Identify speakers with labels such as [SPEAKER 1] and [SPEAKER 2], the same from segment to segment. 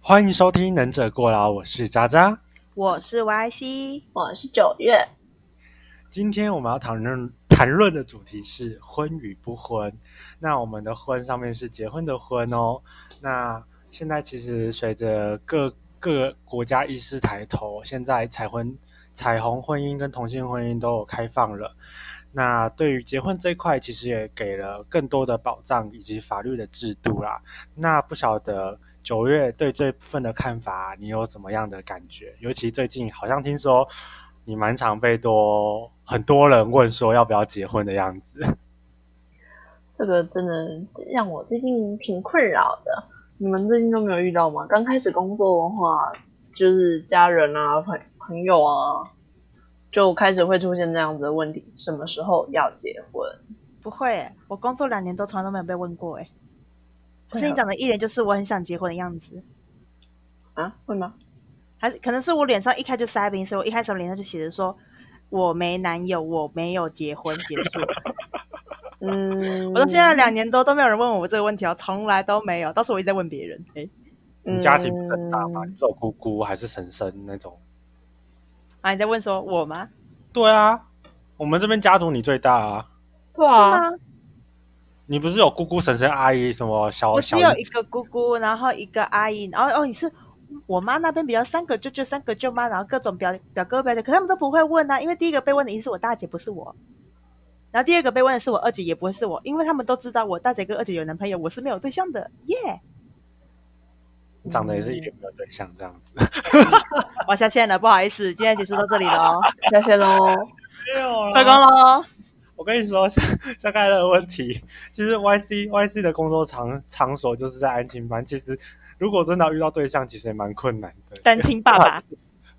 [SPEAKER 1] 欢迎收听《能者过劳》，我是渣渣。
[SPEAKER 2] 我是 YC，
[SPEAKER 3] 我呃是九月，
[SPEAKER 1] 今天我们要谈论谈论的主题是婚与不婚。那我们的婚上面是结婚的婚哦。那现在其实随着各各国家意识抬头，现在彩婚、彩虹婚姻跟同性婚姻都有开放了。那对于结婚这一块，其实也给了更多的保障以及法律的制度啦。那不晓得九月对这部分的看法，你有怎么样的感觉？尤其最近好像听说你蛮常被多很多人问说要不要结婚的样 子。
[SPEAKER 3] 这个真的让我最近挺困扰的。你们最近都没有遇到吗？刚开始工作的话，就是家人啊、朋朋友啊，就开始会出现这样子的问题：什么时候要结婚？
[SPEAKER 2] 不会耶，我工作两年都从来都没有被问过哎。可是
[SPEAKER 3] 会
[SPEAKER 2] 你
[SPEAKER 3] 啊
[SPEAKER 2] 长得一脸就是我很想结婚的样子，
[SPEAKER 3] 啊？会吗？
[SPEAKER 2] 还是可能是我脸上一开就塞冰，所以我一开始我脸上就写着说我没男友，我没有结婚，结束。
[SPEAKER 3] 嗯，
[SPEAKER 2] 我到现在两年多都没有人问我这个问题哦，从来都没有，到时候我一直在问别人。哎，
[SPEAKER 1] 你家庭是很
[SPEAKER 3] 嗯
[SPEAKER 1] 大吗？
[SPEAKER 2] 嗯
[SPEAKER 1] 你是有姑姑还是婶婶那种？
[SPEAKER 2] 啊，你在问说我吗？
[SPEAKER 1] 对啊，我们这边家族你最大啊。
[SPEAKER 3] 对
[SPEAKER 2] 是
[SPEAKER 3] 啊，
[SPEAKER 2] 吗？
[SPEAKER 1] 你不是有姑姑、婶婶、阿姨什么小
[SPEAKER 2] 我
[SPEAKER 1] 小
[SPEAKER 2] 只
[SPEAKER 1] 姨？
[SPEAKER 2] 有一个姑姑，然后一个阿姨，然后哦，你是我妈那边比较三个舅舅、三个舅妈，然后各种表表哥、表姐，可他们都不会问啊，因为第一个被问的一定是我大姐，不是我。然后第二个被问的是我二姐，也不会是我，因为他们都知道我大姐跟二姐有男朋友，我是没有对象的，耶、
[SPEAKER 1] 你长得也是一脸没有对象这样子。
[SPEAKER 2] 我下线了，不好意思，今天结束到这里喽，
[SPEAKER 3] 那些喽。
[SPEAKER 1] 没有 啊
[SPEAKER 2] 成功喽。
[SPEAKER 1] 我跟你说，像像刚才的问题， 就是 Y C Y C 的工作场场所就是在安亲班。其实如果真的遇到对象，其实也蛮困难的。
[SPEAKER 2] 单亲爸爸，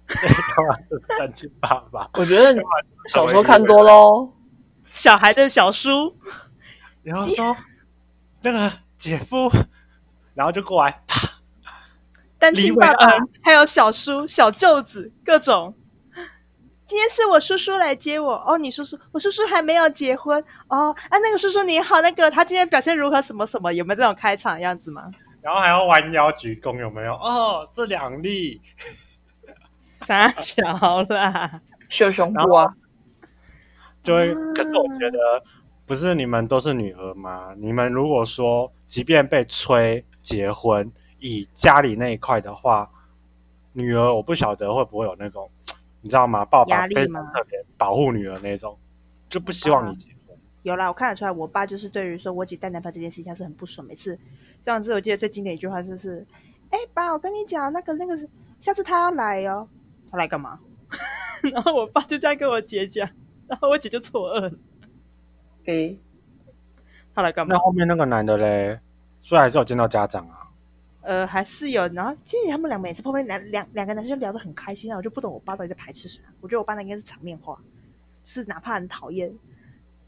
[SPEAKER 1] 干嘛就是单亲爸爸？
[SPEAKER 3] 我觉得你小说看多喽。
[SPEAKER 2] 小孩的小叔，
[SPEAKER 1] 然后说那个姐夫，然后就过来，啪，
[SPEAKER 2] 单亲爸
[SPEAKER 1] 李
[SPEAKER 2] 爸
[SPEAKER 1] 伟安，
[SPEAKER 2] 还有小叔、小舅子，各种。今天是我叔叔来接我哦，你叔叔，我叔叔还没有结婚哦。啊，那个叔叔你好，那个他今天表现如何？什么什么？有没有这种开场样子吗？
[SPEAKER 1] 然后还要弯腰鞠躬，有没有？哦，这两粒。
[SPEAKER 2] 傻小啦，
[SPEAKER 3] 秀胸部啊，
[SPEAKER 1] 就会。可是我觉
[SPEAKER 2] 啊
[SPEAKER 1] 得，不是你们都是女儿吗？你们如果说，即便被催结婚，以家里那一块的话，女儿我不晓得会不会有那种，你知道吗？爸爸
[SPEAKER 2] 压
[SPEAKER 1] 非
[SPEAKER 2] 力
[SPEAKER 1] 常
[SPEAKER 2] 吗
[SPEAKER 1] 特别保护女儿那种，就不希望你结婚。
[SPEAKER 2] 有啦，我看得出来，我爸就是对于说我姐带男朋友这件事情，他是很不爽。每次这样子，我记得最经典一句话就是：“哎、爸，我跟你讲，那个那个是，下次他要来哦，他来干嘛？” 然后我爸就这样跟我姐讲，然后我姐就错愕了，
[SPEAKER 3] 给
[SPEAKER 2] 他来干嘛
[SPEAKER 1] 那？后面那个男的嘞，所以还是有见到家长啊。
[SPEAKER 2] 呃，还是有。然后其实他们两个每次碰面，两两两个男生就聊得很开心啊，我就不懂我爸到底在排斥啥。我觉得我爸那应该是场面话，就是哪怕很讨厌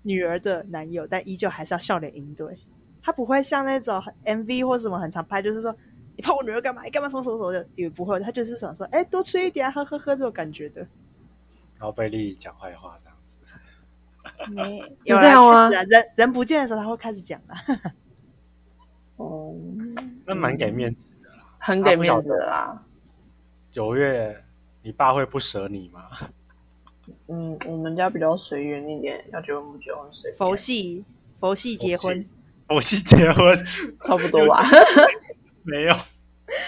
[SPEAKER 2] 女儿的男友，但依旧还是要笑脸应对。他不会像那种 MV 或什么很常拍，就是说哎你碰我女儿干嘛？你干嘛什么什么什么的，也不会。他就是想说，哎，多吃一点啊，喝喝喝这种感觉的。
[SPEAKER 1] 然后被丽讲坏话这样子，
[SPEAKER 2] 没
[SPEAKER 3] 是
[SPEAKER 2] 有啦
[SPEAKER 3] 这样吗
[SPEAKER 2] 确实啊，人人不见的时候他会开始讲啦。
[SPEAKER 3] 哦，
[SPEAKER 1] 那蛮给面子。
[SPEAKER 2] 嗯
[SPEAKER 3] 很给面子的啦。
[SPEAKER 1] 九月，你爸会不舍你吗？
[SPEAKER 3] 嗯，我们家比较随缘一点，要结婚不结婚随
[SPEAKER 2] 佛
[SPEAKER 3] 便，
[SPEAKER 2] 系佛系结婚，
[SPEAKER 1] 我去结婚
[SPEAKER 3] 差不多吧。
[SPEAKER 1] 没有？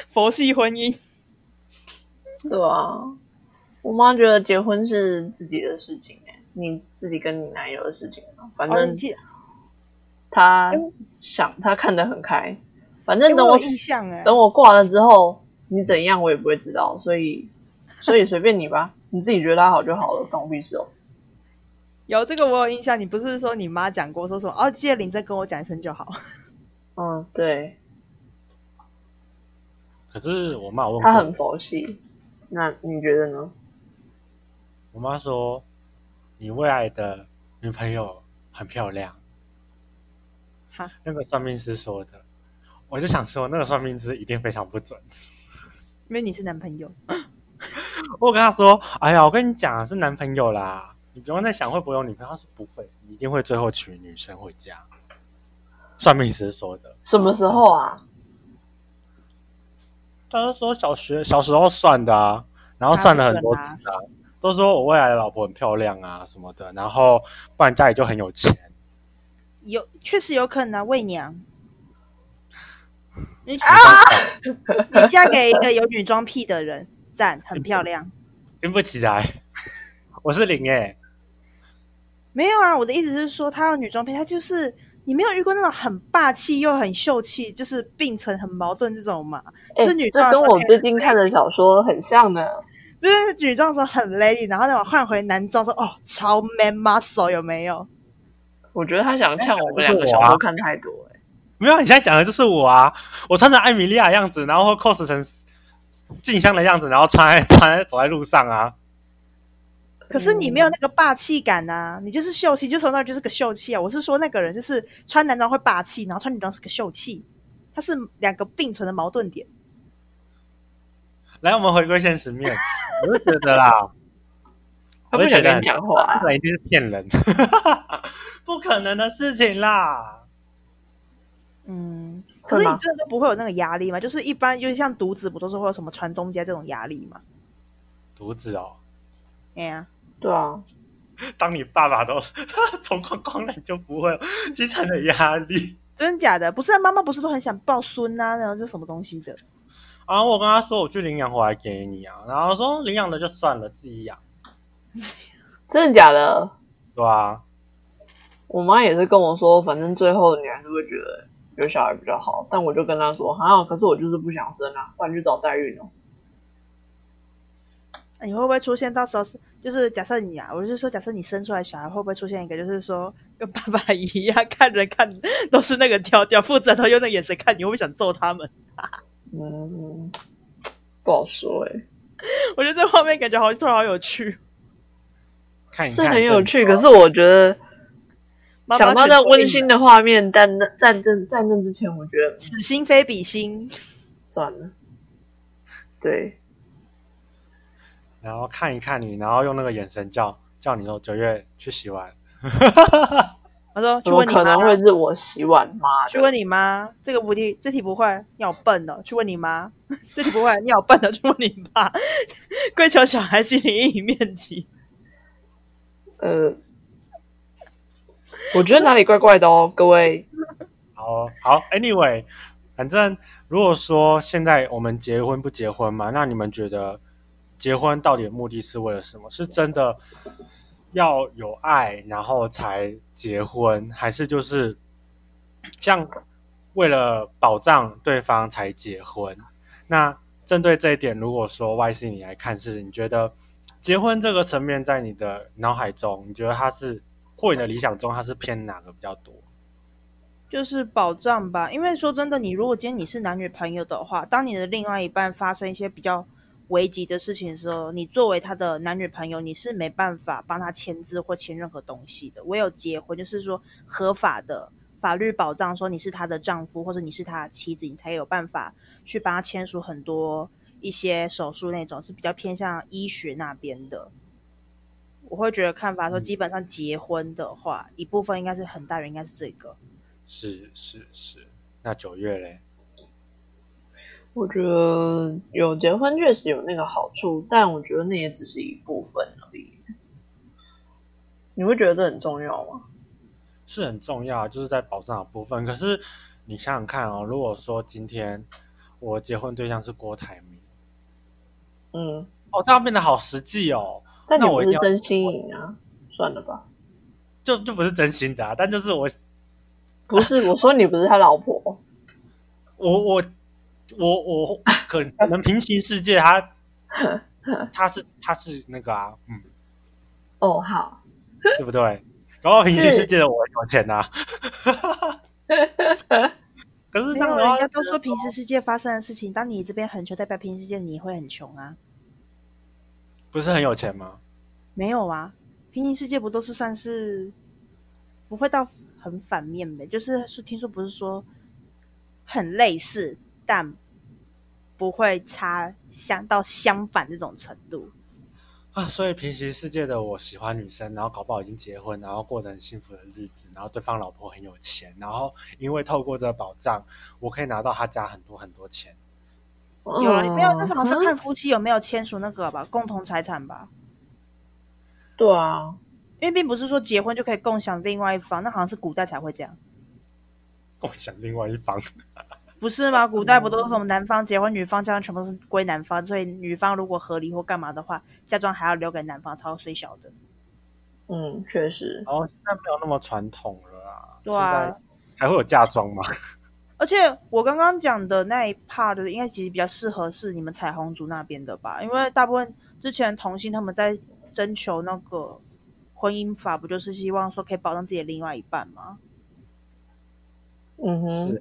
[SPEAKER 2] 佛系婚姻。
[SPEAKER 3] 对啊，我妈觉得结婚是自己的事情、欸，你自己跟你男友的事情啊，反
[SPEAKER 2] 哦，
[SPEAKER 3] 正
[SPEAKER 2] 你记
[SPEAKER 3] 她
[SPEAKER 2] 哎我
[SPEAKER 3] 想，她看得很开。反
[SPEAKER 2] 哎
[SPEAKER 3] 正等
[SPEAKER 2] 我
[SPEAKER 3] 我
[SPEAKER 2] 有印象哎，
[SPEAKER 3] 等我挂了之后，你怎样我也不会知道，所以所以随便你吧，你自己觉得她好就好了，关我屁事哦。
[SPEAKER 2] 有这个我有印象，你不是说你妈讲过说什么？哦，记得林再跟我讲一声就好。
[SPEAKER 3] 嗯，对，
[SPEAKER 1] 可是我妈有
[SPEAKER 2] 哦
[SPEAKER 1] 问过
[SPEAKER 3] 她
[SPEAKER 1] 我，
[SPEAKER 3] 很佛系。那你觉得呢？
[SPEAKER 1] 我妈说，你未来的女朋友很漂亮。
[SPEAKER 2] 哈，
[SPEAKER 1] 那个算命师说的，我就想说，那个算命师一定非常不准。
[SPEAKER 2] 因为你是男朋友，
[SPEAKER 1] 我跟他说，哎呀，我跟你讲，是男朋友啦，你不用再想会不会有女朋友。他说不会，你一定会最后娶女生回家。算命师说的，
[SPEAKER 3] 什么时候啊？
[SPEAKER 1] 他说小学小时候算的啊，然后算了很多次啊，都说我未来的老婆很漂亮啊什么的，然后不然家里就很有钱。
[SPEAKER 2] 有确实有可能啊，媚娘。你你嫁给一个有女装癖的人，赞，很漂亮。
[SPEAKER 1] 拎不起来， 我是零哎、
[SPEAKER 2] 没有啊，我的意思是说，她有女装癖，她就是你没有遇过那种很霸气又很秀气，就是并存很矛盾这种嘛？
[SPEAKER 3] 哎、
[SPEAKER 2] 是女
[SPEAKER 3] 这
[SPEAKER 2] 装的时
[SPEAKER 3] 跟
[SPEAKER 2] 候
[SPEAKER 3] 我
[SPEAKER 2] 可以
[SPEAKER 3] 最
[SPEAKER 2] 很
[SPEAKER 3] 近
[SPEAKER 2] lady
[SPEAKER 3] 看的小说很像呢。
[SPEAKER 2] 就是女装的时候很 lady，然后再往换回男装说哦超 man muscle 有没有？
[SPEAKER 3] 我觉得他想呛我们两
[SPEAKER 1] 两个
[SPEAKER 3] 个
[SPEAKER 1] 小
[SPEAKER 3] 小
[SPEAKER 1] 说
[SPEAKER 3] 说看太多、哎，
[SPEAKER 1] 没有，你现在讲的就是我啊！我穿着艾米莉亚的样子，然后 cos 成静香的样子，然后穿在 穿在走在路上啊！
[SPEAKER 2] 可是你没
[SPEAKER 3] 嗯
[SPEAKER 2] 有那个霸气感啊，你就是秀气，就从那儿就是个秀气啊。我是说那个人就是穿男装会霸气，然后穿女装是个秀气，它是两个并存的矛盾点。
[SPEAKER 1] 来，我们回归现实面，我就觉得啦，我
[SPEAKER 3] 他不
[SPEAKER 1] 就觉
[SPEAKER 3] 想
[SPEAKER 1] 得
[SPEAKER 3] 跟你讲话、啊
[SPEAKER 1] 这一定是骗人， 不可能的事情啦！
[SPEAKER 2] 嗯，可
[SPEAKER 3] 会
[SPEAKER 2] 是你
[SPEAKER 3] 吗
[SPEAKER 2] 真的都不会有那个压力吗？就是一般，就是像独子不都是会有什么传宗接代这种压力吗？
[SPEAKER 1] 独子哦，
[SPEAKER 2] 哎呀、
[SPEAKER 3] 对啊，
[SPEAKER 1] 当你爸爸都 穷光光了，你就不会有继承的压力。
[SPEAKER 2] 真假的？不是、啊，妈妈不是都很想抱孙啊，然后这什么东西的？
[SPEAKER 1] 然后我跟他说，我去领养回来给你啊，然后说领养的就算了，自己养，
[SPEAKER 3] 真的假的？
[SPEAKER 1] 对啊，
[SPEAKER 3] 我妈也是跟我说，反正最后女孩子会觉得有小孩比较好，但我就跟她说，啊，可是我就是不想生啊，不然去找代孕哦。
[SPEAKER 2] 那你会不会出现到时候是就是假设你啊，我是说假设你生出来小孩会不会出现一个就是说跟爸爸一样看人看都是那个调调，负责都用那眼神看你，会不会想揍他们？
[SPEAKER 3] 嗯，不好说哎、
[SPEAKER 2] 我觉得这画面感觉好突然好有趣。
[SPEAKER 1] 看一
[SPEAKER 3] 是
[SPEAKER 1] 看
[SPEAKER 3] 很有趣，
[SPEAKER 1] 更
[SPEAKER 3] 可是我觉得
[SPEAKER 2] 妈妈
[SPEAKER 3] 想到
[SPEAKER 2] 去
[SPEAKER 3] 那
[SPEAKER 2] 勾
[SPEAKER 3] 温
[SPEAKER 2] 引
[SPEAKER 3] 馨
[SPEAKER 2] 了，
[SPEAKER 3] 的画面，但那在那在那之前，我觉得
[SPEAKER 2] 此心非彼心，
[SPEAKER 3] 算了。对，
[SPEAKER 1] 然后看一看你，然后用那个眼神叫叫你说九月去洗碗，
[SPEAKER 2] 我说去
[SPEAKER 3] 怎么
[SPEAKER 2] 问你
[SPEAKER 3] 可能
[SPEAKER 2] 妈
[SPEAKER 3] 会，是我洗碗妈
[SPEAKER 2] 去
[SPEAKER 3] 的？
[SPEAKER 2] 问你妈，这个不题这题不会，你好笨哦，去问你妈， 这题不会，你好笨哦，去问你爸， 跪求小孩心理阴影面积。
[SPEAKER 3] 呃，我觉得哪里怪怪的哦，各位。
[SPEAKER 1] 好好，anyway，反正如果说现在我们结婚不结婚嘛，那你们觉得结婚到底的目的是为了什么？是真的要有爱然后才结婚，还是就是像为了保障对方才结婚？那针对这一点，如果说 Y C 你来看是，你觉得结婚这个层面在你的脑海中，你觉得它是或你的理想中它是偏哪个比较多？
[SPEAKER 2] 就是保障吧，因为说真的，你如果今天你是男女朋友的话，当你的另外一半发生一些比较危急的事情的时候，你作为他的男女朋友，你是没办法帮他签字或签任何东西的。唯有结婚，就是说合法的法律保障，说你是他的丈夫或者你是他的妻子，你才有办法去帮他签署很多一些手术那种是比较偏向医学那边的。我会觉得看法说，
[SPEAKER 1] 嗯
[SPEAKER 2] 基本上结婚的话，一部分应该是很大人应该是这个。
[SPEAKER 1] 是是是，那九月嘞？
[SPEAKER 3] 我觉得有结婚确实有那个好处，但我觉得那也只是一部分而已。你会觉得这很重要吗？
[SPEAKER 1] 是很重要，啊就是在保障的部分。可是你想想看哦，如果说今天我结婚对象是郭台铭，
[SPEAKER 3] 嗯，
[SPEAKER 1] 哦，这样变得好实际哦，
[SPEAKER 3] 但你
[SPEAKER 1] 那我
[SPEAKER 3] 不
[SPEAKER 1] 一
[SPEAKER 3] 是
[SPEAKER 1] 定要
[SPEAKER 3] 真心赢啊？算了吧，
[SPEAKER 1] 就就不是真心的啊。但就是我
[SPEAKER 3] 不是我说你不是他老婆，
[SPEAKER 1] 我我我 我可可能平行世界他他是他是那个啊，嗯，
[SPEAKER 3] 哦，好，
[SPEAKER 1] 对不对？搞不好平行世界的我有钱呐、啊。 可是
[SPEAKER 2] 没
[SPEAKER 1] 这
[SPEAKER 2] 有，
[SPEAKER 1] 样的话
[SPEAKER 2] 人家，都说平时世界发生的事情，当你这边很穷，代表平时世界你会很穷啊？
[SPEAKER 1] 不是很有钱吗？
[SPEAKER 2] 没有啊，平行世界不都是算是不会到很反面的，就是是听说不是说很类似，但不会差相到相反这种程度。
[SPEAKER 1] 啊，所以平行世界的我喜欢女生，然后搞不好已经结婚，然后过得很幸福的日子，然后对方老婆很有钱，然后因为透过这个保障，我可以拿到他家很多很多钱，
[SPEAKER 2] 有啊，没有
[SPEAKER 3] 嗯
[SPEAKER 2] 那时候好像看夫妻有没有签署那个吧，共同财产吧，
[SPEAKER 3] 对啊，
[SPEAKER 2] 因为并不是说结婚就可以共享另外一方，那好像是古代才会这样，
[SPEAKER 1] 共享另外一方。
[SPEAKER 2] 不是吗？古代不都是什么男方结婚，女方家当全部是归男方，所以女方如果合离或干嘛的话，嫁妆还要留给男方，超虽小的。
[SPEAKER 3] 嗯，确实，
[SPEAKER 1] 然后现在没有那么传统了啦。
[SPEAKER 2] 对啊
[SPEAKER 1] 现在还会有嫁妆吗？
[SPEAKER 2] 而且我刚刚讲的那一 part 的应该其实比较适合是你们彩虹族那边的吧，因为大部分之前同性他们在征求那个婚姻法，不就是希望说可以保障自己的另外一半吗？
[SPEAKER 3] 嗯
[SPEAKER 1] 是
[SPEAKER 3] 哼，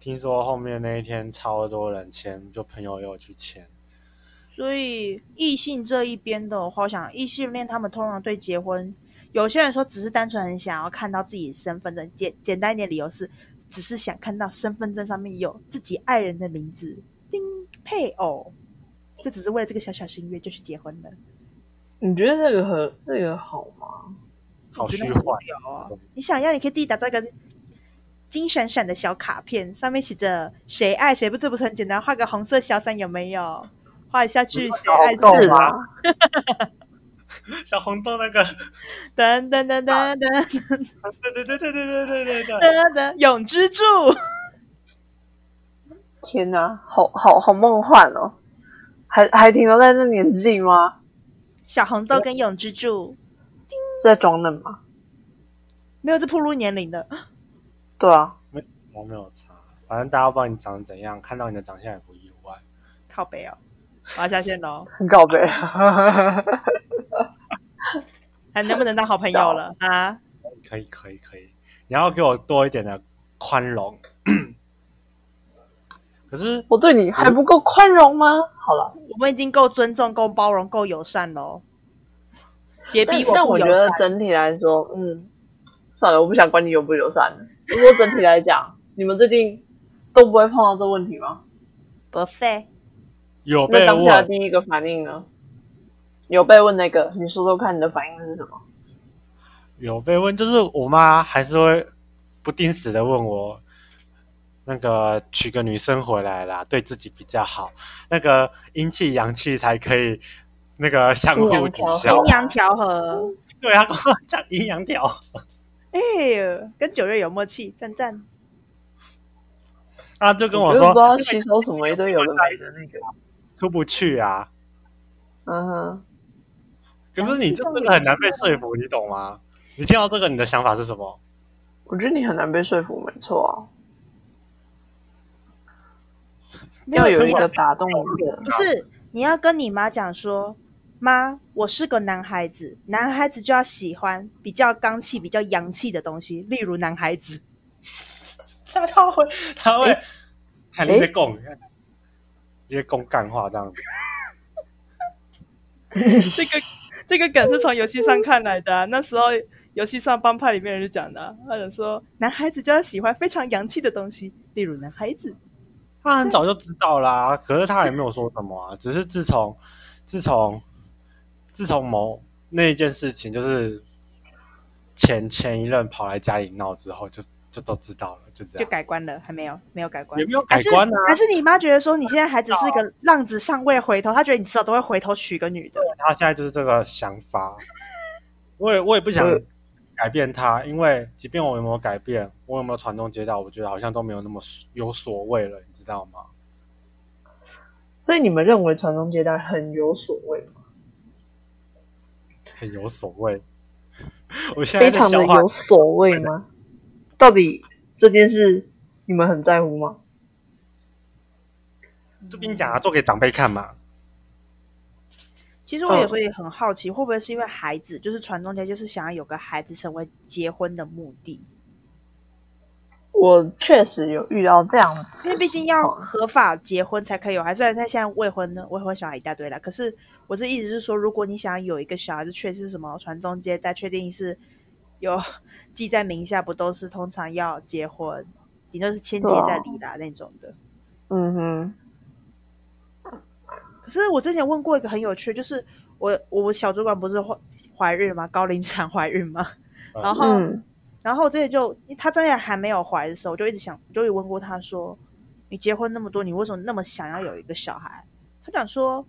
[SPEAKER 1] 听说后面那一天超多人签，就朋友也有去签。
[SPEAKER 2] 所以异性这一边的话，我想异性恋他们通常对结婚，有些人说只是单纯很想要看到自己身份证，简简单一点理由是，只是想看到身份证上面有自己爱人的名字，丁配偶，就只是为了这个小小心愿就去结婚了。
[SPEAKER 3] 你觉得这个和这个好吗？
[SPEAKER 1] 好
[SPEAKER 2] 我觉得
[SPEAKER 1] 虚
[SPEAKER 2] 很无
[SPEAKER 1] 幻
[SPEAKER 2] 聊啊
[SPEAKER 1] 嗯！
[SPEAKER 2] 你想要，你可以自己打造一个金闪闪的小卡片，上面写着“谁爱谁”，不，这不是很简单？画个红色小伞有没有？画下去，谁爱
[SPEAKER 1] 够
[SPEAKER 2] 谁？
[SPEAKER 3] 是啊
[SPEAKER 1] 吗
[SPEAKER 3] 啦，
[SPEAKER 1] 啊小红豆那个，
[SPEAKER 2] 噔噔噔噔噔
[SPEAKER 1] 对对对对对对对对对，
[SPEAKER 2] 噔噔，永之助。
[SPEAKER 3] 天哪，好好好梦幻哦，还还停留在那年纪吗？
[SPEAKER 2] 小红豆跟永之助，
[SPEAKER 3] 是在装嫩吗？
[SPEAKER 2] 没有这暴露年龄的，
[SPEAKER 3] 对啊，
[SPEAKER 1] 我没有查，反正大家不知道你长得怎样，看到你的长相也不意外。
[SPEAKER 2] 靠北哦！我要下线喽，
[SPEAKER 3] 很告白。
[SPEAKER 2] 还能不能当好朋友了啊？
[SPEAKER 1] 可以可以可以，你要给我多一点的宽容。 可是
[SPEAKER 3] 我对你还不够宽容吗？好了，
[SPEAKER 2] 我们已经够尊重、够包容、够友善喽，别
[SPEAKER 3] 但
[SPEAKER 2] 逼我
[SPEAKER 3] 但
[SPEAKER 2] 不
[SPEAKER 3] 我觉
[SPEAKER 2] 友
[SPEAKER 3] 得
[SPEAKER 2] 善。
[SPEAKER 3] 整体来说，嗯，算了，我不想管你友不友善了。不过整体来讲，你们最近都不会碰到这问题吗？
[SPEAKER 2] 不费，
[SPEAKER 1] 有
[SPEAKER 3] 那
[SPEAKER 1] 被
[SPEAKER 3] 当下的
[SPEAKER 1] 问，
[SPEAKER 3] 第一个反应呢？有被问那个，你说说看你的反应是什么？
[SPEAKER 1] 有被问，就是我妈还是会不定时的问我，那个娶个女生回来啦，对自己比较好，那个阴气阳气才可以那个相
[SPEAKER 3] 阴
[SPEAKER 1] 互
[SPEAKER 3] 阳
[SPEAKER 1] 抵
[SPEAKER 3] 调
[SPEAKER 1] 消
[SPEAKER 3] 和
[SPEAKER 2] 阴。阳调和，
[SPEAKER 1] 对啊，跟我讲阴阳调。
[SPEAKER 2] 哎、呦，跟九月有默契，赞赞。
[SPEAKER 1] 他就跟我
[SPEAKER 3] 就
[SPEAKER 1] 说
[SPEAKER 3] 不知道吸收什么一堆有的没的那个。
[SPEAKER 1] 出不去啊，
[SPEAKER 3] 嗯哼，
[SPEAKER 1] 可是你就真的很难被说服，你懂吗？你听到这个，你的想法是什么？
[SPEAKER 3] 我觉得你很难被说服，没错啊，
[SPEAKER 2] 没
[SPEAKER 3] 要
[SPEAKER 2] 有
[SPEAKER 3] 有一个打动你的
[SPEAKER 2] 不是，你要跟你妈讲说，妈，我是个男孩子，男孩子就要喜欢比较刚气、比较洋气的东西，例如男孩子。
[SPEAKER 1] 他他会他会
[SPEAKER 3] 诶，
[SPEAKER 1] 还你在讲，你在讲干话这样子。
[SPEAKER 2] 这个这个梗是从游戏上看来的啊、那时候游戏上帮派里面人就讲的啊、他就说男孩子就要喜欢非常洋气的东西，例如男孩子。
[SPEAKER 1] 他很早就知道啦、可是他也没有说什么啊，只是自从自从自从某那一件事情，就是前前一任跑来家里闹之后，就就都知道了，就这
[SPEAKER 2] 就
[SPEAKER 1] 样，
[SPEAKER 2] 改观了，还没有，没有改观，
[SPEAKER 1] 也没有
[SPEAKER 2] 还
[SPEAKER 1] 改
[SPEAKER 2] 是
[SPEAKER 1] 观啊。
[SPEAKER 2] 还是你妈觉得说你现在还只是一个浪子尚未回头，她觉得你迟早都会回头娶个女的。
[SPEAKER 1] 他现在就是这个想法，我也我也不想
[SPEAKER 3] 嗯
[SPEAKER 1] 改变他，因为即便我有没有改变，我有没有传宗接代，我觉得好像都没有那么有所谓了，你知道吗？
[SPEAKER 3] 所以你们认为传宗接代很有所谓吗，
[SPEAKER 1] 很有所谓。我现在
[SPEAKER 3] 非
[SPEAKER 1] 在
[SPEAKER 3] 常的
[SPEAKER 1] 消化
[SPEAKER 3] 有所谓吗？到底这件事你们很在乎吗？
[SPEAKER 1] 就跟你讲啊，做给长辈看嘛。
[SPEAKER 2] 其实
[SPEAKER 1] 嗯
[SPEAKER 2] 我有时候也很好奇，会不会是因为孩子，就是传宗接代，就是想要有个孩子成为结婚的目的，
[SPEAKER 3] 我确实有遇到这样的
[SPEAKER 2] 因为毕竟要合法结婚才可以有孩子。虽然他现在未婚呢，未婚小孩一大堆啦，可是我是意思是说，如果你想要有一个小孩子，确实什么传宗接代，确定是有 记在名下，不都是通常要结婚，顶多是签结再离啦、那种的。
[SPEAKER 3] 嗯哼，
[SPEAKER 2] 可是我之前问过一个很有趣，就是我我我小主管不是怀怀孕吗？高龄产怀孕吗？
[SPEAKER 1] 嗯
[SPEAKER 2] 然后
[SPEAKER 3] 嗯，
[SPEAKER 2] 然后我之前就她真的还没有怀的时候，我就一直想，我就有问过她说，你结婚那么多，你为什么那么想要有一个小孩？”他讲说：“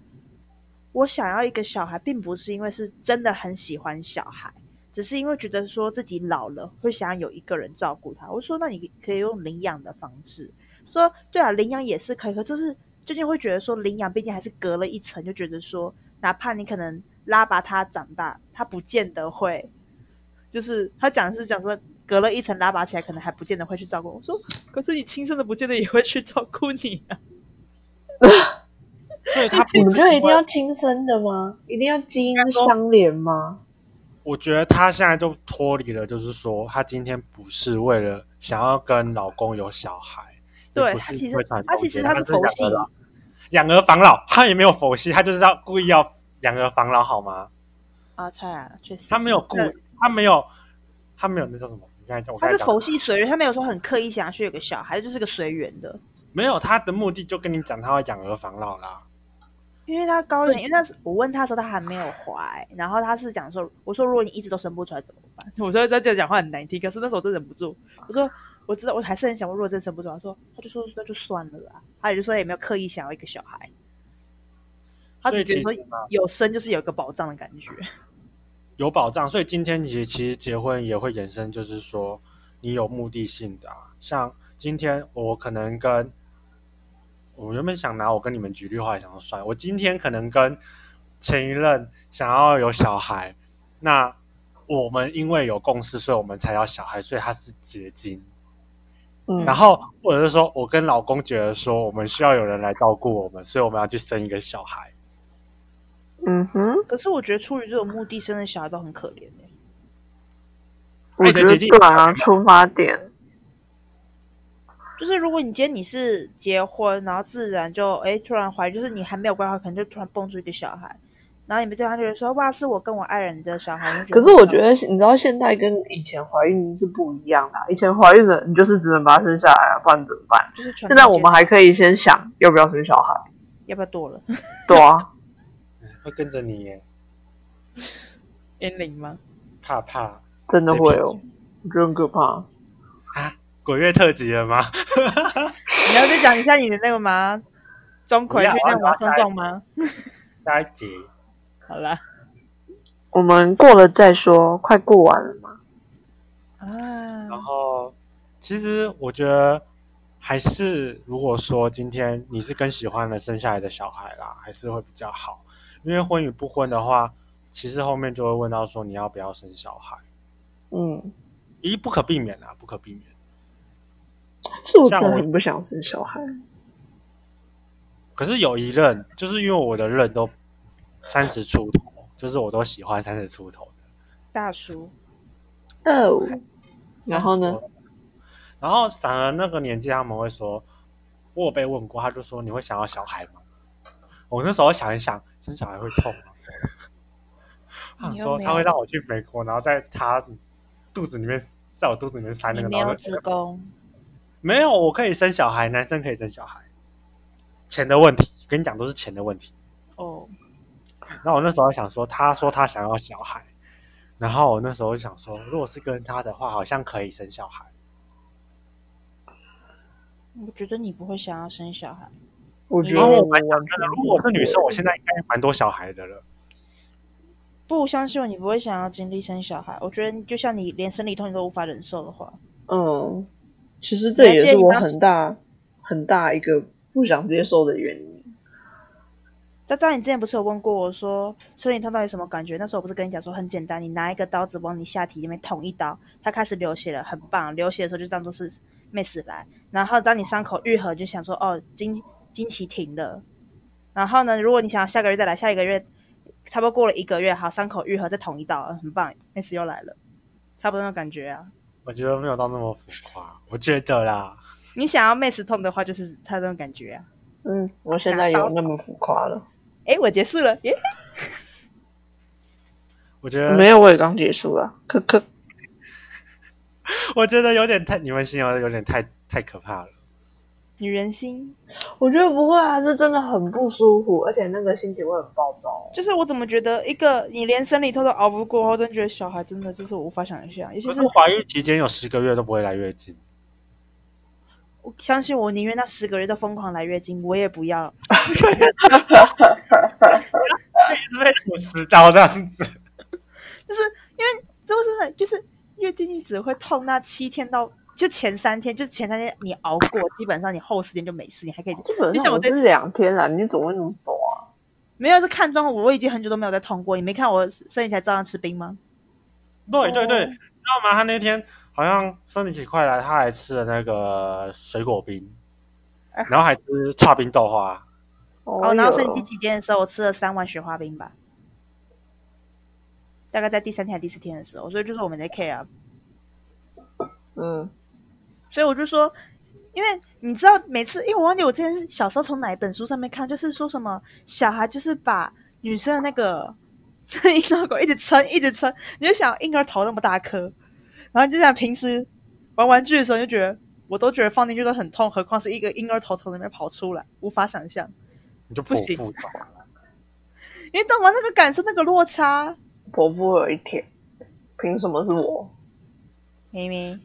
[SPEAKER 2] 我想要一个小孩，并不是因为是真的很喜欢小孩，只是因为觉得说自己老了会想要有一个人照顾他。”我说：“那你可以用领养的方式。”说：“对啊，领养也是可以，可就是最近会觉得说领养毕竟还是隔了一层，就觉得说哪怕你可能拉拔他长大，他不见得会。”就是他讲的是讲说隔了一层拉拔起来，可能还不见得会去照顾。我说，可是你亲生的不见得也会去照顾你啊。
[SPEAKER 1] 所以他
[SPEAKER 3] 你
[SPEAKER 1] 不
[SPEAKER 3] 们
[SPEAKER 1] 是
[SPEAKER 3] 就一定要亲生的吗？一定要基因相连吗？
[SPEAKER 1] 我觉得她现在就脱离了，就是说她今天不是为了想要跟老公有小孩，
[SPEAKER 2] 对
[SPEAKER 1] 也不
[SPEAKER 2] 她
[SPEAKER 1] 是
[SPEAKER 2] 其实
[SPEAKER 1] 为传宗
[SPEAKER 2] 她其实
[SPEAKER 1] 接代
[SPEAKER 2] 她
[SPEAKER 1] 她
[SPEAKER 2] 是佛系
[SPEAKER 1] 养儿老养儿防老，她也没有佛系，她就是要故意要养儿防老，好吗？
[SPEAKER 2] 啊，蔡啊，确实，
[SPEAKER 1] 她没有故
[SPEAKER 2] 对，
[SPEAKER 1] 她没有，她没有那叫什么？你看，我
[SPEAKER 2] 他
[SPEAKER 1] 刚才
[SPEAKER 2] 是
[SPEAKER 1] 讲
[SPEAKER 2] 佛系随缘，他没有说很刻意想要去有个小孩，就是个随缘的。
[SPEAKER 1] 没有，她的目的就跟你讲，她要养儿防老啦。
[SPEAKER 2] 因为他高龄，因为那时我问他的时候，他还没有怀，然后他是讲说，我说如果你一直都生不出来怎么办？我说在这样讲话很难听，可是那时候我真忍不住，我说我知道，我还是很想问，如果真生不出来，他说他就说那就算了啦，他也就说也没有刻意想要一个小孩，他
[SPEAKER 1] 所
[SPEAKER 2] 只
[SPEAKER 1] 以
[SPEAKER 2] 觉
[SPEAKER 1] 其
[SPEAKER 2] 得
[SPEAKER 1] 实
[SPEAKER 2] 说有生就是有一个保障的感觉。
[SPEAKER 1] 有保障，所以今天其实其实结婚也会衍生，就是说你有目的性的啊。像今天我可能跟，我原本想拿我跟你们举例，后来想说算了，我今天可能跟前一任想要有小孩，那我们因为有共识，所以我们才要小孩，所以它是结晶。
[SPEAKER 3] 嗯，
[SPEAKER 1] 然后或者是说我跟老公觉得说我们需要有人来照顾我们，所以我们要去生一个小孩。
[SPEAKER 3] 嗯哼，
[SPEAKER 2] 可是我觉得出于这种目的生的小孩都很可怜欸
[SPEAKER 3] 我
[SPEAKER 1] 爱
[SPEAKER 3] 觉
[SPEAKER 1] 的
[SPEAKER 3] 得
[SPEAKER 1] 结晶
[SPEAKER 3] 对啊，出发点，
[SPEAKER 2] 就是如果你今天你是结婚，然后自然就哎突然怀，就是你还没有规划，可能就突然蹦出一个小孩，然后你们对他就觉得说哇是我跟我爱人的小孩，你就
[SPEAKER 3] 可是我觉
[SPEAKER 1] 嗯
[SPEAKER 2] 得
[SPEAKER 3] 得你知道现在跟以前怀孕是不一样的啊、以前怀孕了你就是只能把它生下来啊，不然怎么办？
[SPEAKER 2] 就是
[SPEAKER 3] 现在我
[SPEAKER 2] 们
[SPEAKER 3] 们还可以先想要不要生小孩，
[SPEAKER 2] 要不要剁 了？
[SPEAKER 3] 对啊，
[SPEAKER 1] 会跟着你耶，
[SPEAKER 2] 年龄吗？
[SPEAKER 1] 怕怕
[SPEAKER 3] 真的会哦，我觉得很可怕。
[SPEAKER 1] 啊！鬼月特辑了吗？
[SPEAKER 2] 你要再讲一下你的那个吗？钟馗
[SPEAKER 1] 不要
[SPEAKER 2] 去
[SPEAKER 3] 啊
[SPEAKER 1] 我要
[SPEAKER 2] 那马
[SPEAKER 1] 拿
[SPEAKER 2] 上
[SPEAKER 1] 下一
[SPEAKER 2] 撞吗？
[SPEAKER 1] 下一集
[SPEAKER 2] 好啦，
[SPEAKER 3] 我们过了再说，快过完了嘛。
[SPEAKER 2] 啊，
[SPEAKER 1] 然后，其实我觉得还是，如果说今天你是跟喜欢的生下来的小孩啦，还是会比较好。因为婚与不婚的话，其实后面就会问到说你要不要生小孩，
[SPEAKER 3] 嗯，
[SPEAKER 1] 一不可避免啊，不可避免。
[SPEAKER 3] 是我真
[SPEAKER 1] 像
[SPEAKER 3] 的
[SPEAKER 1] 我
[SPEAKER 3] 很不想生小孩，
[SPEAKER 1] 可是有一任，就是因为我的任都三十出头，就是我都喜欢三十出头的。
[SPEAKER 2] 大叔，
[SPEAKER 3] 哦，然后呢？
[SPEAKER 1] 然后反而那个年纪他们会说，我有被问过，他就说你会想要小孩吗？我那时候想一想，生小孩会痛 吗？他
[SPEAKER 2] 你又
[SPEAKER 1] 说
[SPEAKER 2] 没
[SPEAKER 1] 他会
[SPEAKER 2] 有
[SPEAKER 1] 让我去美国，然后在他肚子里面，在我肚子里面塞
[SPEAKER 2] 你
[SPEAKER 1] 那个，
[SPEAKER 2] 没
[SPEAKER 1] 然
[SPEAKER 2] 有
[SPEAKER 1] 后就
[SPEAKER 2] 子宫，
[SPEAKER 1] 没有，我可以生小孩，男生可以生小孩，钱的问题，跟你讲都是钱的问题。
[SPEAKER 2] 哦，
[SPEAKER 1] 然后我那时候想说，他说他想要小孩，然后我那时候就想说，如果是跟他的话，好像可以生小孩。
[SPEAKER 2] 我觉得你不会想要生小孩。
[SPEAKER 3] 我觉
[SPEAKER 1] 然
[SPEAKER 3] 得
[SPEAKER 1] 后
[SPEAKER 3] 哦我
[SPEAKER 1] 我蛮想
[SPEAKER 3] 完
[SPEAKER 1] 看
[SPEAKER 3] 全
[SPEAKER 1] 的，如果我是女生，我
[SPEAKER 3] 不会
[SPEAKER 1] 现在应该蛮多小孩的了。
[SPEAKER 2] 不相信我，你不会想要经历生小孩。我觉得你就像你连生理痛你都无法忍受的话，
[SPEAKER 3] 嗯，其实这也是我很大很大一个不想接受的原因。
[SPEAKER 2] 在张你之前不是有问过我说生理痛到底什么感觉？那时候我不是跟你讲说很简单，你拿一个刀子往你下体里面捅一刀，它开始流血了，很棒。流血的时候就当做是没死来，然后当你伤口愈合，就想说哦经经期停了。然后呢，如果你想要下个月再来，下一个月差不多过了一个月，好，伤口愈合再捅一刀，嗯很棒，没死又来了，差不多那种感觉啊。
[SPEAKER 1] 我觉得没有到那么浮夸，我觉得啦，
[SPEAKER 2] 你想要 m 死痛的话，就是差那种感觉啊。
[SPEAKER 3] 嗯，我现在有那么浮夸了？
[SPEAKER 2] 诶，哎我结束了，耶！
[SPEAKER 1] 我觉得
[SPEAKER 3] 没有，我也刚结束了。可可，
[SPEAKER 1] 我觉得有点太，你们形容的有点太太可怕了。
[SPEAKER 2] 女人心，
[SPEAKER 3] 我觉得不会啊，这真的很不舒服，而且那个心情会很暴躁。
[SPEAKER 2] 就是我怎么觉得一个你连生理痛都熬不过，我真觉得小孩真的就是我无法想象，尤其
[SPEAKER 1] 可
[SPEAKER 2] 是
[SPEAKER 1] 是怀孕期间有十个月都不会来月经，
[SPEAKER 2] 我相信我，宁愿那十个月都疯狂来月经，我也不要。
[SPEAKER 1] 是被捅十刀这样子。
[SPEAKER 2] 就是因为这个真的就是月经，你只会痛那七天到就前三天，就是前三天你熬过，基本上你后四天就没事，你还可以。
[SPEAKER 3] 基本
[SPEAKER 2] 就像
[SPEAKER 3] 上
[SPEAKER 2] 我
[SPEAKER 3] 我
[SPEAKER 2] 这
[SPEAKER 3] 是
[SPEAKER 2] 次
[SPEAKER 3] 两天啦，你怎么会那么多啊？
[SPEAKER 2] 没有是看妆，我已经很久都没有再痛过。你没看我生理才照样吃冰吗？
[SPEAKER 1] 对对对，你知道吗？他那天好像生理期快来，他还吃了那个水果冰，然后还吃刨冰豆花。
[SPEAKER 3] 哎
[SPEAKER 2] 哦，然后生理期
[SPEAKER 3] 哟
[SPEAKER 2] 期间的时候，我吃了三碗雪花冰吧，大概在第三天还是第四天的时候，所以就是我们在 care 啊，
[SPEAKER 3] 嗯，
[SPEAKER 2] 所以我就说，因为你知道每次，因为我忘记我之前是小时候从哪一本书上面看，就是说什么小孩就是把女生的那个 婴儿狗一直撑一直撑，你就想婴儿头那么大颗，然后你就想平时玩玩具的时候你就觉得。我都觉得放进去都很痛，何况是一个婴儿头从里面跑出来，无法想象。
[SPEAKER 1] 你就
[SPEAKER 2] 不行
[SPEAKER 1] 剖腹 产
[SPEAKER 2] 你懂吗？那个感受，那个落差，
[SPEAKER 3] 伯父有一天，凭什么是我？
[SPEAKER 2] 明明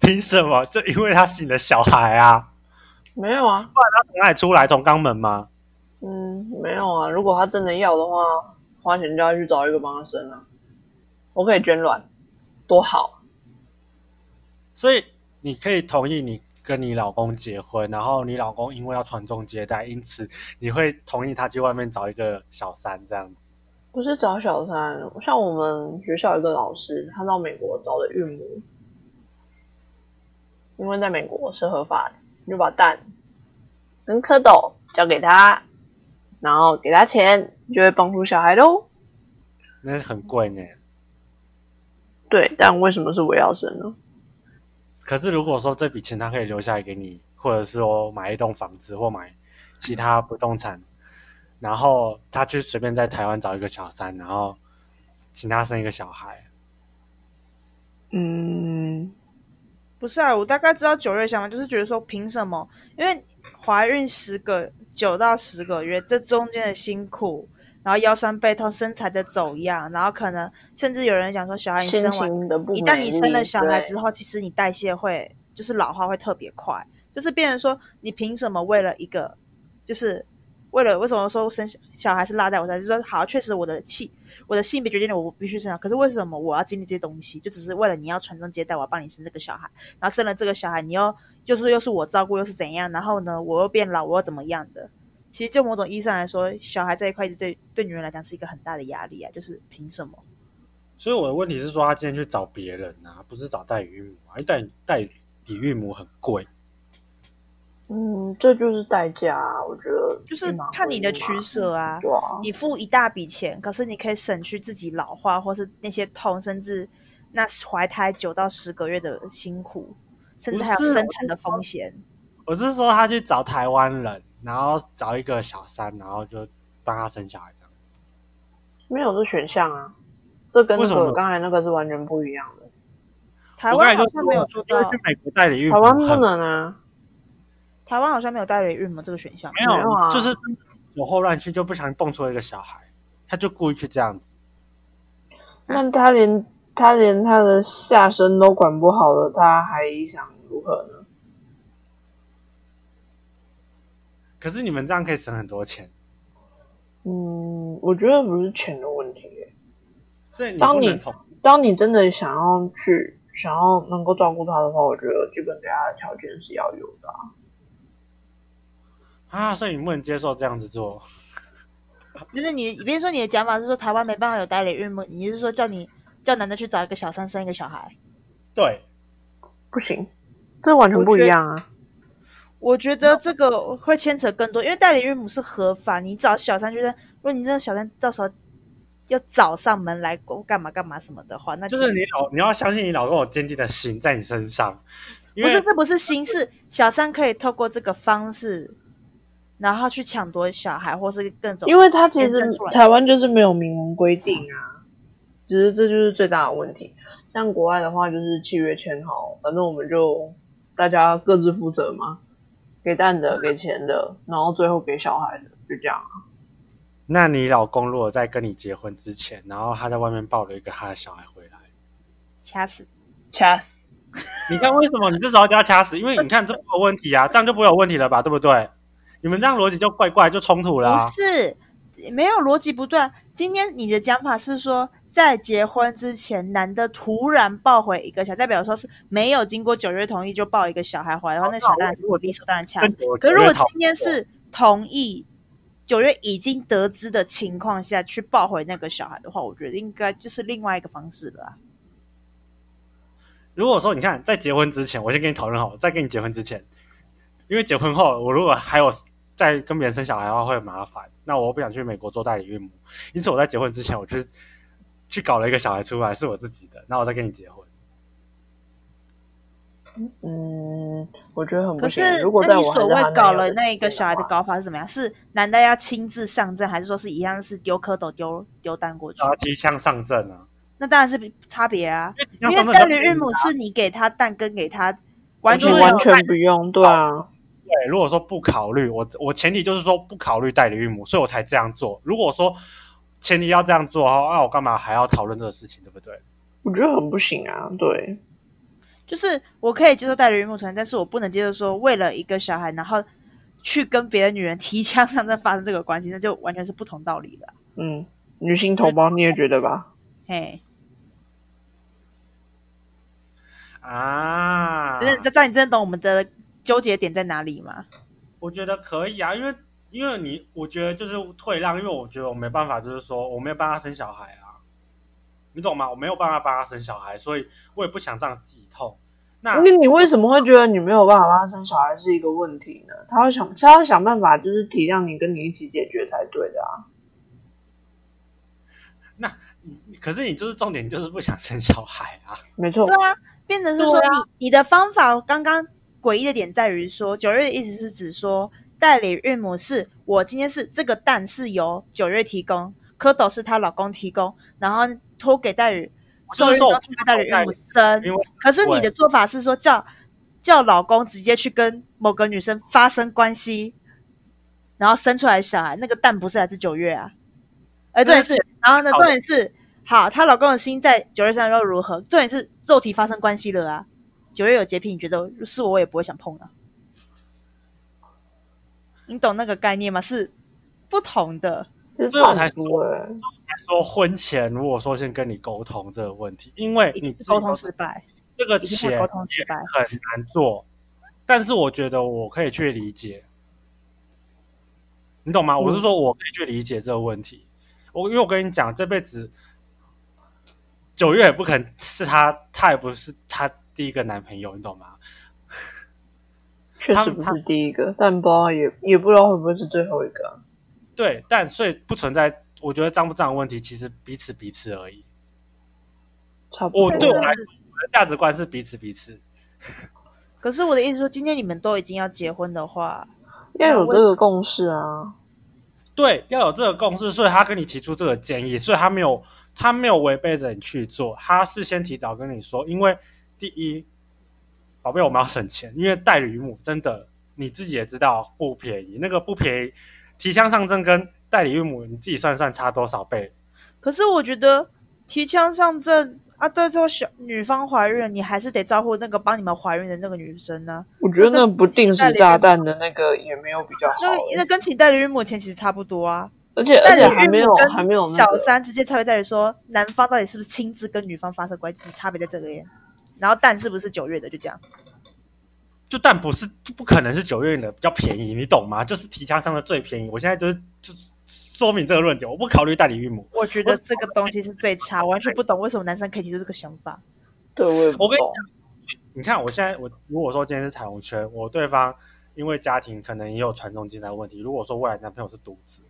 [SPEAKER 1] 凭什么？就因为他是你的小孩啊？
[SPEAKER 3] 没有啊，
[SPEAKER 1] 他从哪里出来？从肛门吗？
[SPEAKER 3] 嗯，没有啊。如果他真的要的话，花钱就要去找一个帮他生啊。我可以捐卵，多好。
[SPEAKER 1] 所以你可以同意你跟你老公结婚，然后你老公因为要传宗接代，因此你会同意他去外面找一个小三这样子。
[SPEAKER 3] 不是找小三，像我们学校有一个老师，他到美国找的孕母，因为在美国是合法的，你就把蛋跟蝌蚪交给他，然后给他钱，就会帮出小孩哦喽。
[SPEAKER 1] 那很贵呢。
[SPEAKER 3] 对，但为什么是我要生呢？
[SPEAKER 1] 可是如果说这笔钱他可以留下来给你，或者是说买一栋房子或买其他不动产，然后他去随便在台湾找一个小三，然后请他生一个小孩，
[SPEAKER 3] 嗯，
[SPEAKER 2] 不是啊，我大概知道九月想法，就是觉得说凭什么？因为怀孕十个九到十个月，这中间的辛苦，然后腰酸背痛，身材的走样，然后可能甚至有人讲说，小孩你
[SPEAKER 3] 心
[SPEAKER 2] 生完，
[SPEAKER 3] 情的不
[SPEAKER 2] 一旦
[SPEAKER 3] 美
[SPEAKER 2] 你生了
[SPEAKER 3] 丽
[SPEAKER 2] 小孩
[SPEAKER 3] 对
[SPEAKER 2] 之后，其实你代谢会就是老化会特别快，就是变成说你凭什么为了一个，就是为了为什么说生小小孩是落在我身上，就是说好，确实我的气我的性别决定了我必须生小孩，可是为什么我要经历这些东西？就只是为了你要传宗接代，我要帮你生这个小孩，然后生了这个小孩，你又就是又是我照顾，又是怎样？然后呢，我又变老，我又怎么样的？其实就某种意义上来说，小孩这一块一直对对女人来讲是一个很大的压力啊，就是凭什么？
[SPEAKER 1] 所以我的问题是说，他今天去找别人啊，不是找代理孕母啊，因为代理代理孕母很贵。
[SPEAKER 3] 嗯，这就是代价啊，我觉得
[SPEAKER 2] 就是
[SPEAKER 3] 拿
[SPEAKER 2] 看你的
[SPEAKER 3] 回来嘛
[SPEAKER 2] 取舍啊
[SPEAKER 3] 对啊，
[SPEAKER 2] 你付一大笔钱，可是你可以省去自己老化或是那些痛，甚至那怀胎九到十个月的辛苦，甚至还有
[SPEAKER 1] 不是
[SPEAKER 2] 生产的风险。
[SPEAKER 1] 我是说他去找台湾人，然后找一个小三，然后就帮他生小孩这样。
[SPEAKER 3] 没有这选项啊，这跟那
[SPEAKER 1] 为什么
[SPEAKER 3] 个刚才那个是完全不一样的。
[SPEAKER 2] 台
[SPEAKER 1] 我刚才
[SPEAKER 2] 湾
[SPEAKER 1] 就
[SPEAKER 2] 好
[SPEAKER 1] 说
[SPEAKER 2] 像没有啊做
[SPEAKER 1] 了
[SPEAKER 2] 到
[SPEAKER 1] 因为，去美国代理孕母
[SPEAKER 3] 台
[SPEAKER 1] 很，
[SPEAKER 3] 湾不能啊，
[SPEAKER 2] 台湾好像没有代理孕母这个选项。
[SPEAKER 1] 没有，
[SPEAKER 3] 没有啊
[SPEAKER 1] 就是哦有后乱去就不小心蹦出了一个小孩，他就故意去这样子。
[SPEAKER 3] 那他连他连他的下身都管不好了，他还想如何呢？
[SPEAKER 1] 可是你们这样可以省很多钱，
[SPEAKER 3] 嗯，我觉得不是钱的问题耶，
[SPEAKER 1] 所以你
[SPEAKER 3] 当
[SPEAKER 1] 不
[SPEAKER 3] 你
[SPEAKER 1] 能从
[SPEAKER 3] 当你真的想要去想要能够照顾他的话，我觉得基本给他的条件是要有的啊、
[SPEAKER 1] 啊，所以你不能接受这样子做。
[SPEAKER 2] 就是你，比如说你的讲法是说台湾没办法有代理孕母，你是说叫你叫男的去找一个小三生一个小孩？
[SPEAKER 1] 对，
[SPEAKER 3] 不行，这完全不一样啊。
[SPEAKER 2] 我觉得这个会牵扯更多，因为代理孕母是合法，你找小三就是，如果你真的小三到时候要找上门来干嘛干嘛什么的话，那其
[SPEAKER 1] 就
[SPEAKER 2] 实
[SPEAKER 1] 是你老你要相信你老公有坚定的心在你身上，因
[SPEAKER 2] 不
[SPEAKER 1] 为
[SPEAKER 2] 是这不是心事，小三可以透过这个方式，然后去抢夺小孩或是各种，
[SPEAKER 3] 因为他其实
[SPEAKER 2] 延伸出来
[SPEAKER 3] 台湾就是没有明文规定啊，只是这就是最大的问题。像国外的话，就是契约签好，反正我们就大家各自负责嘛，给蛋
[SPEAKER 2] 嗯
[SPEAKER 3] 的，给钱的，然后最后给小孩的，就这样啊。
[SPEAKER 1] 那你老公如果在跟你结婚之前，然后他在外面抱了一个他的小孩回来，
[SPEAKER 2] 掐死，
[SPEAKER 3] 掐死，
[SPEAKER 1] 你看为什么你这时候就要掐死？因为你看这不有问题啊，这样就不会有问题了吧，对不对？你们这样逻辑就怪怪，就冲突啦、啊
[SPEAKER 2] 不是，没有逻辑不对。今天你的讲法是说，在结婚之前，男的突然抱回一个小孩，代表说是没有经过九月同意就抱一个小孩回来的话，那小孩当然是理所当然掐
[SPEAKER 1] 跟
[SPEAKER 2] 死。
[SPEAKER 1] 哦我
[SPEAKER 2] 可是如
[SPEAKER 1] 觉
[SPEAKER 2] 果
[SPEAKER 1] 得讨
[SPEAKER 2] 今天是同意九月已经得知的情况下去抱回那个小孩的话，我觉得应该就是另外一个方式了啊、
[SPEAKER 1] 如果说你看在结婚之前，我先跟你讨论好，再跟你结婚之前，因为结婚后我如果还有再跟别人生小孩的话会很麻烦，那我不想去美国做代理孕母，因此我在结婚之前我去去搞了一个小孩出来是我自己的，那我再跟你结婚。
[SPEAKER 3] 嗯，我觉得很不
[SPEAKER 2] 可是
[SPEAKER 3] 行。如果，在
[SPEAKER 2] 你
[SPEAKER 3] 我还
[SPEAKER 2] 所
[SPEAKER 3] 是
[SPEAKER 2] 谓
[SPEAKER 3] 他
[SPEAKER 2] 搞
[SPEAKER 3] 男
[SPEAKER 2] 了
[SPEAKER 3] 友
[SPEAKER 2] 那一个小孩的
[SPEAKER 3] 话，
[SPEAKER 2] 搞法是怎么样？是男的要亲自上阵，还是说是一样是丢蝌蚪丢丢蛋过去
[SPEAKER 3] 啊
[SPEAKER 1] 然？后提枪上阵啊，
[SPEAKER 2] 那当然是差别啊。
[SPEAKER 1] 因
[SPEAKER 2] 因为代理孕母是啊你给他蛋跟给他完全
[SPEAKER 3] 你
[SPEAKER 2] 没有
[SPEAKER 3] 完全不用，对啊，
[SPEAKER 1] 对，如果说不考虑，我我前提就是说不考虑代理孕母，所以我才这样做。如果说前提要这样做的话，那、啊我干嘛还要讨论这个事情，对不对？
[SPEAKER 3] 我觉得很不行啊，对。
[SPEAKER 2] 就是我可以接受代理孕母存在，但是我不能接受说为了一个小孩，然后去跟别的女人提枪上阵发生这个关系，那就完全是不同道理了。
[SPEAKER 3] 嗯，女性同胞你也觉得吧？
[SPEAKER 2] 嘿，
[SPEAKER 1] 啊，
[SPEAKER 3] 啊
[SPEAKER 2] 可是这这样你真的懂我们的纠结点在哪里吗？
[SPEAKER 1] 我觉得可以啊，因为因为你，我觉得就是退让，因为我觉得我没办法，就是说我没有帮他生小孩啊，你懂吗？我没有办法帮他生小孩，所以我也不想让自己痛。那
[SPEAKER 2] 嗯
[SPEAKER 3] 那你为什么会觉得你没有办法帮他生小孩是一个问题呢？他要想，他要想办法，就是体谅你，跟你一起解决才对的啊。
[SPEAKER 1] 你可是你就是重点就是不想生小孩啊，
[SPEAKER 3] 没错
[SPEAKER 2] 对，啊，变成是说
[SPEAKER 3] 对
[SPEAKER 2] 你、你的方法刚刚诡异的点在于说，九月的意思是指说代理孕母是我今天是这个蛋是由九月提供，蝌蚪是她老公提供，然后托给代理
[SPEAKER 1] 就
[SPEAKER 2] 受
[SPEAKER 1] 是
[SPEAKER 2] 孕
[SPEAKER 1] 说
[SPEAKER 2] 后
[SPEAKER 1] 我
[SPEAKER 2] 托给代理孕母生。
[SPEAKER 1] 因为
[SPEAKER 2] 可是你的做法是说叫叫老公直接去跟某个女生发生关系，然后生出来小孩，那个蛋不是来自九月啊？哎，重点是，然后呢，
[SPEAKER 1] 好
[SPEAKER 2] 重点是，好，她老公的心在九月三又如何？重点是肉体发生关系了啊。九月有洁癖，你觉得是我，我也不会想碰啊。你懂那个概念吗？是不同的。
[SPEAKER 3] 这
[SPEAKER 1] 所以我才
[SPEAKER 3] 是欸不会。
[SPEAKER 1] 说婚前如果说先跟你沟通这个问题，因为
[SPEAKER 2] 一
[SPEAKER 1] 你
[SPEAKER 2] 定
[SPEAKER 1] 自
[SPEAKER 2] 是
[SPEAKER 1] 己
[SPEAKER 2] 沟通失败，
[SPEAKER 1] 这个
[SPEAKER 2] 一定会
[SPEAKER 1] 钱
[SPEAKER 2] 沟通失
[SPEAKER 1] 也
[SPEAKER 2] 败
[SPEAKER 1] 很难做，但是我觉得我可以去理解，你懂吗？
[SPEAKER 2] 嗯
[SPEAKER 1] 我是说我可以去理解这个问题。我因为我跟你讲，这辈子九月也不可能是她，她也不是她第一个男朋友，你懂吗？
[SPEAKER 3] 确
[SPEAKER 1] 他
[SPEAKER 3] 实
[SPEAKER 1] 们
[SPEAKER 3] 不
[SPEAKER 1] 他
[SPEAKER 3] 是第一个，但不知道也也不知道会不会是最后一个啊。
[SPEAKER 1] 对，但所以不存在，我觉得脏不脏的问题，其实彼此彼此而已。
[SPEAKER 3] 差不多。
[SPEAKER 1] 我哦对我啊来说，我的价值观是彼此彼此。
[SPEAKER 2] 可是我的意思说，今天你们都已经要结婚的话，
[SPEAKER 3] 要有这个共识啊。
[SPEAKER 1] 对，要有这个共识，所以他跟你提出这个建议，所以他没有他没有违背着你去做，他事先提早跟你说，因为第一，宝贝，我们要省钱，因为代理母真的你自己也知道不便宜，那个不便宜，提枪上阵跟代理孕母你自己算算差多少倍，
[SPEAKER 2] 可是我觉得提枪上阵啊，到时候小女方怀孕，你还是得照顾那个帮你们怀孕的那个女生啊呢、
[SPEAKER 3] 我觉得那不定时炸弹的那个也没有比较好
[SPEAKER 2] 那，个那跟请代理孕母钱其实差不多啊。
[SPEAKER 3] 而且
[SPEAKER 2] 代
[SPEAKER 3] 而
[SPEAKER 2] 理
[SPEAKER 3] 且还没
[SPEAKER 2] 孕
[SPEAKER 3] 有
[SPEAKER 2] 母跟
[SPEAKER 3] 还没有那
[SPEAKER 2] 小
[SPEAKER 3] 个
[SPEAKER 2] 三之间差别在于说，男方到底是不是亲自跟女方发生关系，差别在这边。然后蛋是不是九月的，就这样。
[SPEAKER 1] 就但不是不可能是九月的比较便宜，你懂吗？就是提枪上的最便宜，我现在就是就是说明这个论点，我不考虑代理孕母。
[SPEAKER 2] 我觉得这个东西是最差，我完全不懂为什么男生可以提出这个想 法。
[SPEAKER 3] 对我也不
[SPEAKER 1] 我跟你
[SPEAKER 3] 懂。
[SPEAKER 1] 你看，我现在我如果说今天是彩虹圈，我对方因为家庭可能也有传宗接代问题。如果说未来男朋友是独子，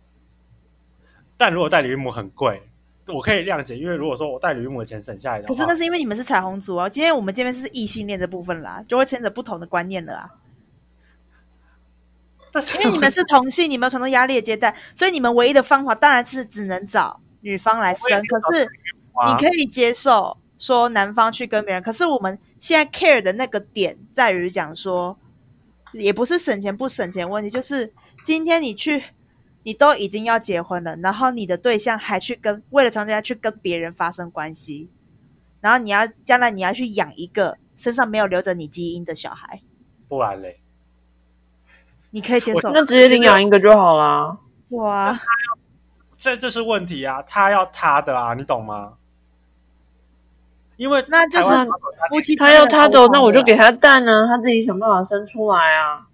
[SPEAKER 1] 但如果代理孕母很贵，我可以谅解，因为如果说我代理孕母的钱省下来的话，
[SPEAKER 2] 可是那是因为你们是彩虹族啊，今天我们这边是异性恋这部分啦，就会牵扯不同的观念了啊。
[SPEAKER 1] 但是
[SPEAKER 2] 因为 你们是同性，你们有传统压力的接待，所以你们唯一的方法当然是只能找女方来生。可是
[SPEAKER 1] 啊
[SPEAKER 2] 你可以接受说男方去跟别人，可是我们现在 care 的那个点在于讲说，也不是省钱不省钱问题，就是今天你去，你都已经要结婚了，然后你的对象还去跟为了传宗接代去跟别人发生关系，然后你要将来你要去养一个身上没有留着你基因的小孩，
[SPEAKER 1] 不然嘞，
[SPEAKER 2] 你可以接受
[SPEAKER 1] 我
[SPEAKER 3] 那直接领养一个就好啦。
[SPEAKER 2] 哇？
[SPEAKER 1] 啊这这是问题啊，他要他的啊，你懂吗？因为
[SPEAKER 2] 那就是
[SPEAKER 1] 台湾
[SPEAKER 2] 夫妻
[SPEAKER 3] 他要他
[SPEAKER 2] 的
[SPEAKER 3] 的，那我就给他蛋啊，他自己想办法生出来啊，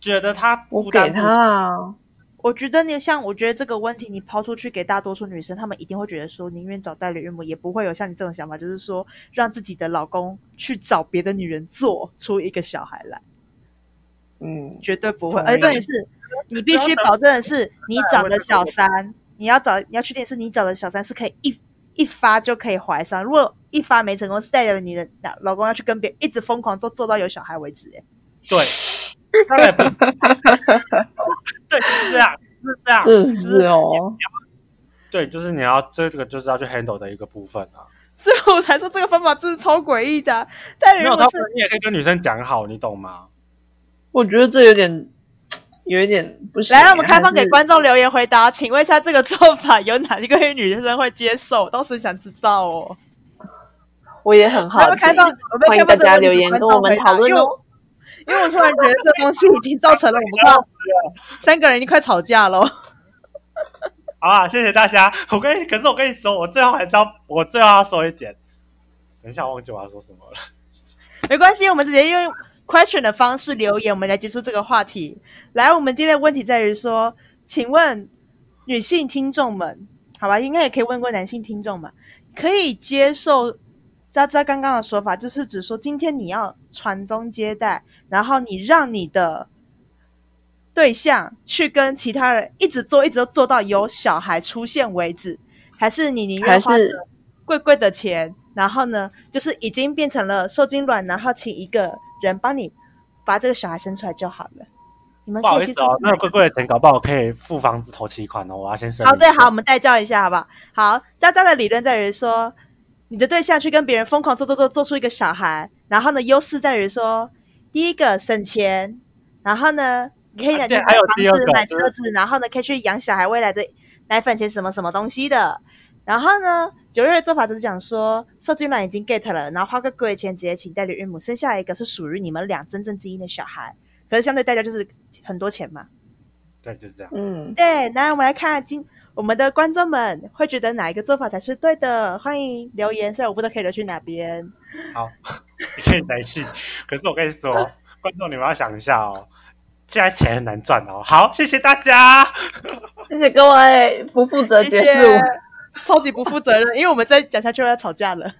[SPEAKER 1] 觉得他
[SPEAKER 3] 我
[SPEAKER 1] 孤单
[SPEAKER 3] 给他啊。
[SPEAKER 2] 我觉得你像，我觉得这个问题你抛出去给大多数女生，她们一定会觉得说，宁愿找代理孕母，也不会有像你这种想法，就是说让自己的老公去找别的女人做出一个小孩来，
[SPEAKER 3] 嗯，
[SPEAKER 2] 绝对不会。
[SPEAKER 1] 同意
[SPEAKER 2] 而重点是，你必须保证的是，你找的小三，你要找你要确定是你找的小三是可以一一发就可以怀上，如果一发没成功，是代表你的老老公要去跟别人一直疯狂做，做到有小孩为止、欸。
[SPEAKER 1] 对，当然不对，就是这样，就是这样，
[SPEAKER 3] 真的
[SPEAKER 1] 就是
[SPEAKER 2] 啊
[SPEAKER 3] 哦，
[SPEAKER 1] 对，就是你要这个就是要去 handle 的一个部分啊。
[SPEAKER 2] 所以我才说这个方法真是超诡异的啊、代理
[SPEAKER 1] 没
[SPEAKER 2] 孕
[SPEAKER 1] 有，
[SPEAKER 2] 母
[SPEAKER 1] 他
[SPEAKER 2] 是
[SPEAKER 1] 你也可以跟女生讲好，你懂吗？
[SPEAKER 3] 我觉得这有点，有一点不行。
[SPEAKER 2] 来，啊让我们开放给观
[SPEAKER 3] 关。
[SPEAKER 2] 众留言回答，请问一下这个做法有哪一个女生会接受？当时想知道哦。
[SPEAKER 3] 我也很好
[SPEAKER 2] 我们
[SPEAKER 3] 奇，
[SPEAKER 2] 开放，我们
[SPEAKER 3] 欢
[SPEAKER 2] 开放
[SPEAKER 3] 迎大
[SPEAKER 2] 这个
[SPEAKER 3] 家
[SPEAKER 2] 问题
[SPEAKER 3] 留言
[SPEAKER 2] 给观
[SPEAKER 3] 跟
[SPEAKER 2] 众
[SPEAKER 3] 我们
[SPEAKER 2] 回答
[SPEAKER 3] 讨论
[SPEAKER 2] 因为我
[SPEAKER 3] 哦。
[SPEAKER 2] 因为我突然觉得这东西已经造成了我们快三个人已经快吵架喽。
[SPEAKER 1] 好啊，谢谢大家。我跟你，可是我跟你说，我最后还是要，我最后要说一点。等一下，我忘记我要说什么了。
[SPEAKER 2] 没关系，我们直接用 question 的方式留言，我们来结束这个话题。来，我们今天的问题在于说，请问女性听众们，好吧，应该也可以问过男性听众嘛，可以接受渣渣刚刚的说法，就是指说今天你要传宗接代，然后你让你的对象去跟其他人一直做，一直都做到有小孩出现为止，还是你宁
[SPEAKER 3] 还
[SPEAKER 2] 愿
[SPEAKER 3] 是
[SPEAKER 2] 花着贵贵的钱，然后呢，就是已经变成了受精卵，然后请一个人帮你把这个小孩生出来就好了。你们
[SPEAKER 1] 不好
[SPEAKER 2] 可以
[SPEAKER 1] 意
[SPEAKER 2] 接
[SPEAKER 1] 思
[SPEAKER 2] 受
[SPEAKER 1] 哦，那贵贵的钱搞不好可以付房子头期款哦。我要先声明。
[SPEAKER 2] 好，对，好，我。们带教一下，好不好？好，渣渣的理论在于说，你的对象去跟别人疯狂做做做，做出一个小孩，然后呢，优势在于说，第一个省钱，然后呢，你可以
[SPEAKER 1] 啊
[SPEAKER 2] 拿去
[SPEAKER 1] 对
[SPEAKER 2] 买
[SPEAKER 1] 还有第二
[SPEAKER 2] 房子、
[SPEAKER 1] 个
[SPEAKER 2] 买
[SPEAKER 1] 就
[SPEAKER 2] 车
[SPEAKER 1] 是
[SPEAKER 2] 子，然后呢，可以去养小孩未来的奶粉钱什么什么东西的。然后呢，九日的做法只是讲说，受精卵已经 get 了，然后花个贵钱直接请代理孕母生下一个是属于你们俩真正基因的小孩，可是相对代价就是很多钱嘛。
[SPEAKER 1] 对，就是这样。
[SPEAKER 3] 嗯，
[SPEAKER 2] 对，那我们来看今我们的观众们会觉得哪一个做法才是对的，欢迎留言。虽然我不知道可以留去哪边，
[SPEAKER 1] 好，你可以来信。可是我跟你说，观众你们要想一下哦，现在钱很难赚哦。好，谢谢大家。
[SPEAKER 3] 谢谢各位不负责
[SPEAKER 2] 谢
[SPEAKER 3] 结
[SPEAKER 2] 谢
[SPEAKER 3] 束。，
[SPEAKER 2] 超级不负责任，因为我们再讲下去又要吵架了。